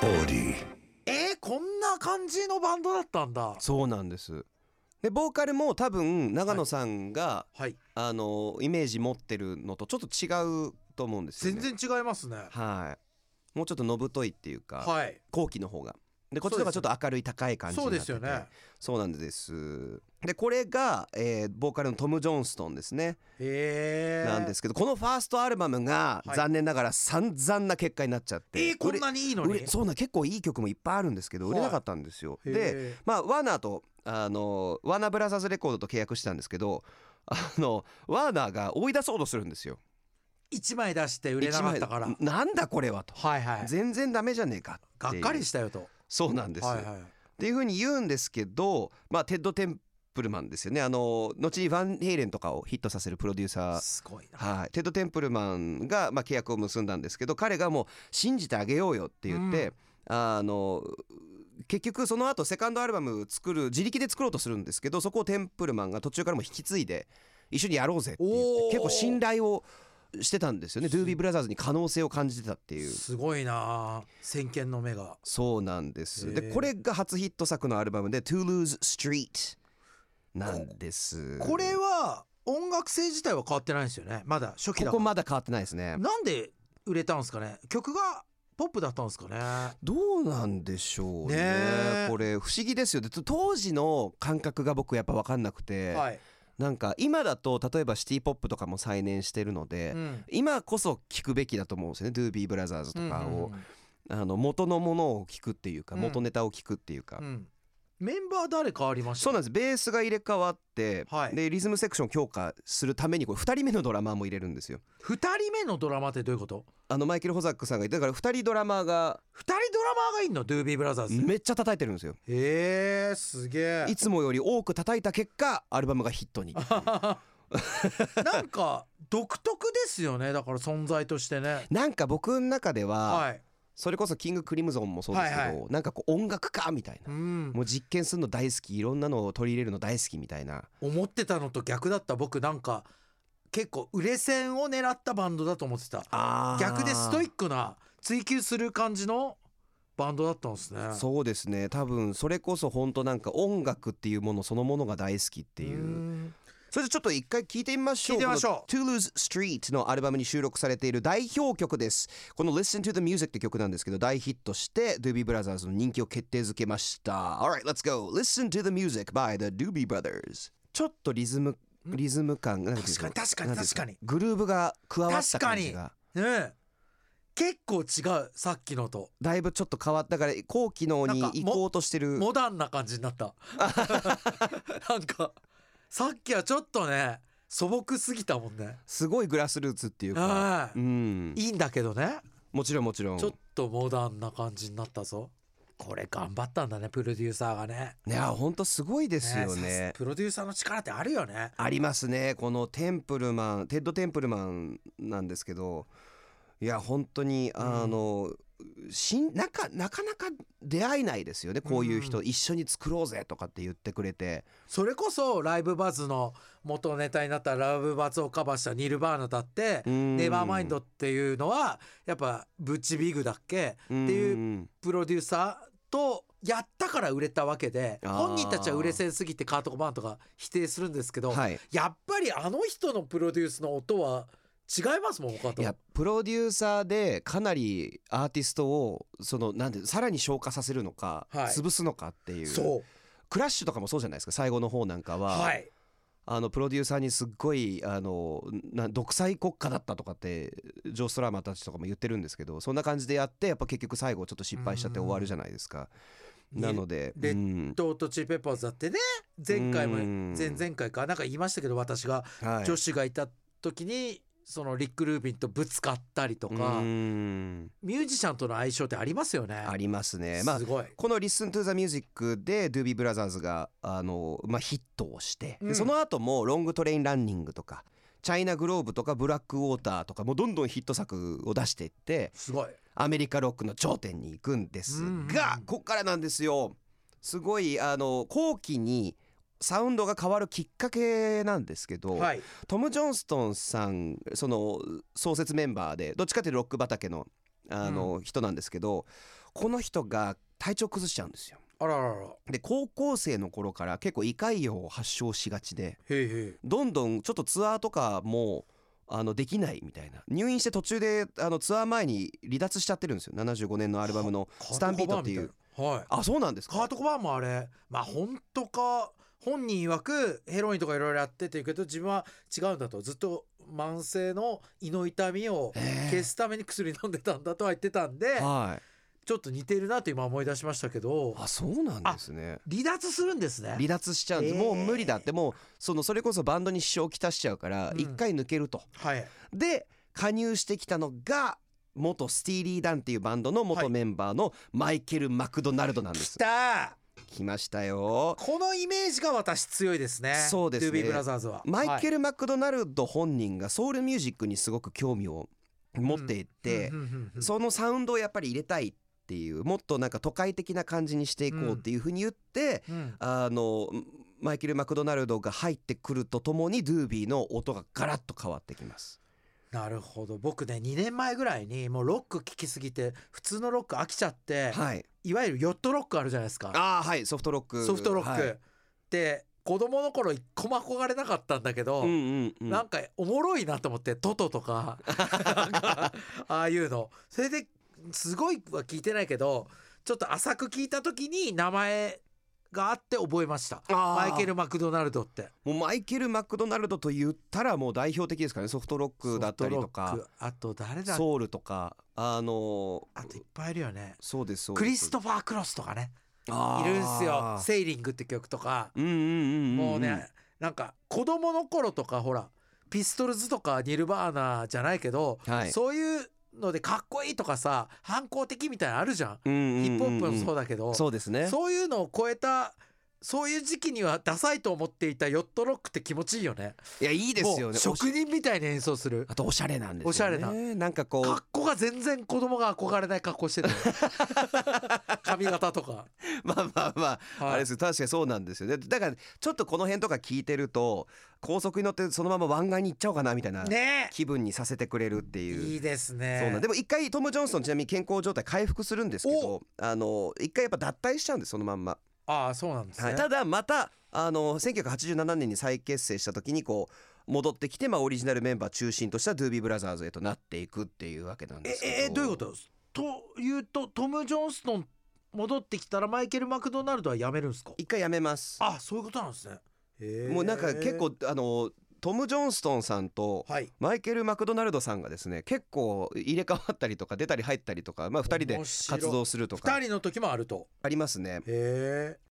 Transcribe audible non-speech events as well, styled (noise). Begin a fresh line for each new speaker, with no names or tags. えー、こんな感じのバンドだったんだ
そうなんですでボーカルも多分長野さんが、
はい
あのイメージ持ってるのとちょっと違うと思うんですよ
全
ね
然違いますね
はいもうちょっとのぶといっていうか、
はい
後期の方がでこっちの方がちょっと明るい高い感じに
そう
なって
で
て
すよね
そうなんですでこれが、えーボーカルのトム・ジョンストンですね、
へえ
なんですけどこのファーストアルバムが、
はい
残念ながら散々な結果になっちゃって
えー、こんなにいいの
売れ
に
売れそうなん結構いい曲もいっぱいあるんですけど売れなかったんですよ、で
へ
まあワーナーとあのワーナーブラザーズレコードと契約してたんですけどあのワーナーが追い出そうとするんですよ
ー一枚出して売れなかったから
一枚でなんだこれはと、
はいはい
全然ダメじゃねえか
が
て
っ
いう
かりしたよと
そうなんです、
はい
っ
はい
ていうふうに言うんですけどまあテッド・テンプルマンですよねあの後にヴァン・ヘイレンとかをヒットさせるプロデューサー
すごいな
はい、テッド・テンプルマンが、まあ、契約を結んだんですけど彼がもう信じてあげようよって言って、あの結局その後セカンドアルバム作る自力で作ろうとするんですけどそこをテンプルマンが途中からも引き継いで一緒にやろうぜって言って
おー
結構信頼をしてたんですよねドゥービー・ブラザーズに可能性を感じてたっていう。
すごいな先見の目が
そうなんですで
へー
これが初ヒット作のアルバムで「Toulouse Street」なんです
これは音楽性自体は変わってないんですよねまだ初期
こ
だ
こ
から
まだ変わってないですね
なんで売れたんですかね曲がポップだったんですかね
どうなんでしょうね
ねえ
これ不思議ですよでと当時の感覚が僕やっぱ分かんなくて、
はい、
なんか今だと例えばシティ・ポップとかも再燃してるので、
うん、
今こそ聞くべきだと思うんですよね「ドゥービー・ブラザーズ」とかを、
うん
あの元のものを聞くっていうか、
うん
元ネタを聞くっていうか、
うんうんメンバー誰変わりました
そうなんですベースが入れ替わって、
はい
でリズムセクションを強化するためにこれ2人目のドラマーも入れるんですよ。
2人目のドラマってどういうこと
あのマイケル・ホザックさんがいてだから2人ドラマーが
2人ドラマーがいいのドゥービーブラザーズ
めっちゃ叩いてるんですよ。
へえすげえ
いつもより多く叩いた結果アルバムがヒットにっていう。
(laughs) なんか独特ですよねだから存在としてね
なんか僕の中では、
はい
それこそキングクリムゾンもそうですけど、
はいは
なんかこう音楽家みたいうな、
ん
もう実験するの大好きいろんなのを取り入れるの大好きみたいな
思ってたのと逆だった僕なんか結構売れ線を狙ったバンドだと思ってた逆でストイックな追求する感じのバンドだったんですね
そうですね多分それこそ本当なんか音楽っていうものそのものが大好きっていう、
ん
それでちょっと一回聞いてみましょう
聞いてみましょ
う Toulouse Street のアルバムに収録されている代表曲ですこの Listen to the Music って曲なんですけど大ヒットして Doobie Brothers の人気を決定づけました Alright let's go Listen to the music by the Doobie Brothers ちょっとリズムリズム感なんていうの
確かに確か
なんてい
に
うんです
確かに
グルーブが加わった感じが
ねえ結構違うさっきのと
だいぶちょっと変わったから後期のに
なんか
行こうとしてる
モダンな感じになった
(laughs)
なんかさっきはちょっとね素朴すぎたもんね
すごいグラスルーツっていうか
は
う
い
ん
いいんだけどね
もちろんもちろん
ちょっとモダンな感じになったぞこれ頑張ったんだねプロデューサーがね
いや本当すごいですよ
さ
ね
すプロデューサーの力ってあるよね
ありますねこのテンプルマンテッド・テンプルマンなんですけどいや本当にあの、しんなかなかなか出会えないですよねこういう人、一緒に作ろうぜとかって言ってくれて
それこそライブバズの元ネタになったラブバズをカバーしたニルバーナだって
う
「
ん
ネバーマインド」っていうのはやっぱブッチビグだっけ
って
いう
うん
プロデューサーとやったから売れたわけで
あー
本人たちは売れ線すぎてカートコバーンとか否定するんですけど、
はい
やっぱりあの人のプロデュースの音は違いますもん他
い
と。
やプロデューサーでかなりアーティストをそのなんてさらに消化させるのか、
はい
潰すのかっていう
そう
クラッシュとかもそうじゃないですか最後の方なんかは、
はい
あのプロデューサーにすっごいあのな独裁国家だったとかってジョー・ストラーマーたちとかも言ってるんですけどそんな感じでやってやっぱ結局最後ちょっと失敗しちゃって終わるじゃないですか。
うん
なので、
で
うん
ドートチーペッパーズだってね前回も
うん
前々回かなんか言いましたけど私が
はい、
女子がいた時にそのリック・ルービンとぶつかったりとか
うん
ミュージシャンとの相性ってありますよね。
ありますね。まあ
すごい。
この「Listen to the Music」で Doobie Brothers があの、まあ、ヒットをして、
うん
でその後も「ロングトレインランニング」とか「チャイナグローブ」とか「ブラックウォーター」とかもうどんどんヒット作を出していって
すごい。
アメリカロックの頂点に行くんです
うんうん
が、こっからなんですよすごいあの後期にサウンドが変わるきっかけなんですけど、
はい。
トム・ジョンストンさんその創設メンバーでどっちかというとロック畑のあの、人なんですけどこの人が体調崩しちゃうんですよ
あらららら
で高校生の頃から結構胃潰瘍を発症しがちで
へいへい
どんどんちょっとツアーとかもあのできないみたいな入院して途中であのツアー前に離脱しちゃってるんですよ75年のアルバムの「スタンビート」っていう
はい
あそうなんです
カー
か
ト・コバーンもあれまあ本当か本人曰くヘロインとかいろいろやってって言うけど自分は違うんだとずっと慢性の胃の痛みを消すために薬飲んでたんだとは言ってたんで
はい
ちょっと似てるなと今思い出しましたけど
あそうなんですね
離脱するんですね
離脱しちゃうんです、
えー
もう無理だってもうそのそれこそバンドに支障をきたしちゃうから
うん
一回抜けると、
はい
で加入してきたのが元スティーリー・ダンっていうバンドの
は
元
い
メンバーのマイケル・マクドナルドなんで
来
す、
た
来ましたよ
このイメージが私強いですね
そうですね
ドゥービーブラザーズは
マイケ
ル
ル・マクドナルド本人がソウルミュージックにすごく興味を持っていて、そのサウンドをやっぱり入れたいっていうもっとなんか都会的な感じにしていこうっていうふうに言って、あのマイケル・マクドナルドが入ってくるとともにドゥービーの音がガラッと変わってきます。
なるほど僕ね2年前ぐらいにもうロック聴きすぎて普通のロック飽きちゃって
はい、
いわゆるヨットロックあるじゃないですか
ああはいソフトロック
ソフトロック、
はい
で子供の頃一個も憧れなかったんだけど、
うんうんうん、
なんかおもろいなと思ってトト
(laughs)
とかなんかああいうのそれですごいは聞いてないけどちょっと浅く聞いた時に名前があって覚えました
あ
マ
ー
イケル・マクドナルドって
もうマイケル・マクドナルドと言ったらもう代表的ですからねソフトロックだったりと
ソフ
か
トロックあと誰だ
ソウルとかあの
あといっぱいいるよね
そうですそうです
クリストファー・クロスとかね
あ
い
ー
るんすよ「セイリング」って曲とか
うんうんうんんん
もうねなんか子供の頃とかほらピストルズとかニルバーナじゃないけど、
はい
そういうのでかっこいいとかさ反抗的みたいなのあるじゃん,、
うんうんうんうん
ヒップホップもそうだけど、
そうですね
そういうのを超えたそういう時期にはダサいと思っていたヨットロックって気持ちいいよね
いやいいですよ
もう
ね
職人みたいに演奏する
あとおしゃれなんですよね
おしゃれなん
かこう
格好が全然子供が憧れない格好してる髪型とか、
(laughs) まあまあまあ、
はい
あれです確かにそうなんですよねだからちょっとこの辺とか聞いてると高速に乗ってそのまま湾岸に行っちゃおうかなみたいな
ね
気分にさせてくれるって
え
いう
いいですね
そうなんでも一回トム・ジョンソンちなみに健康状態回復するんですけど
お
あの一回やっぱ脱退しちゃうんですそのまんま、
ああそうなんですね、
ただまたあの1987年に再結成した時にこう戻ってきて、まあ、オリジナルメンバー中心としたドゥービー・ブラザーズへとなっていくっていうわけなんで
え
すけど
ええどういうことというとトム・ジョンストン戻ってきたらマイケル・マクドナルドは辞めるんですか
一回やめます
あそういうことなんですねへー
もうなんか結構あのトム・ジョンストンさんと
はい
マイケル・マクドナルドさんがですね結構入れ替わったりとか出たり入ったりとか、まあ、2人で
面白い
活動するとか
二人の時もあると
ありますね
へえ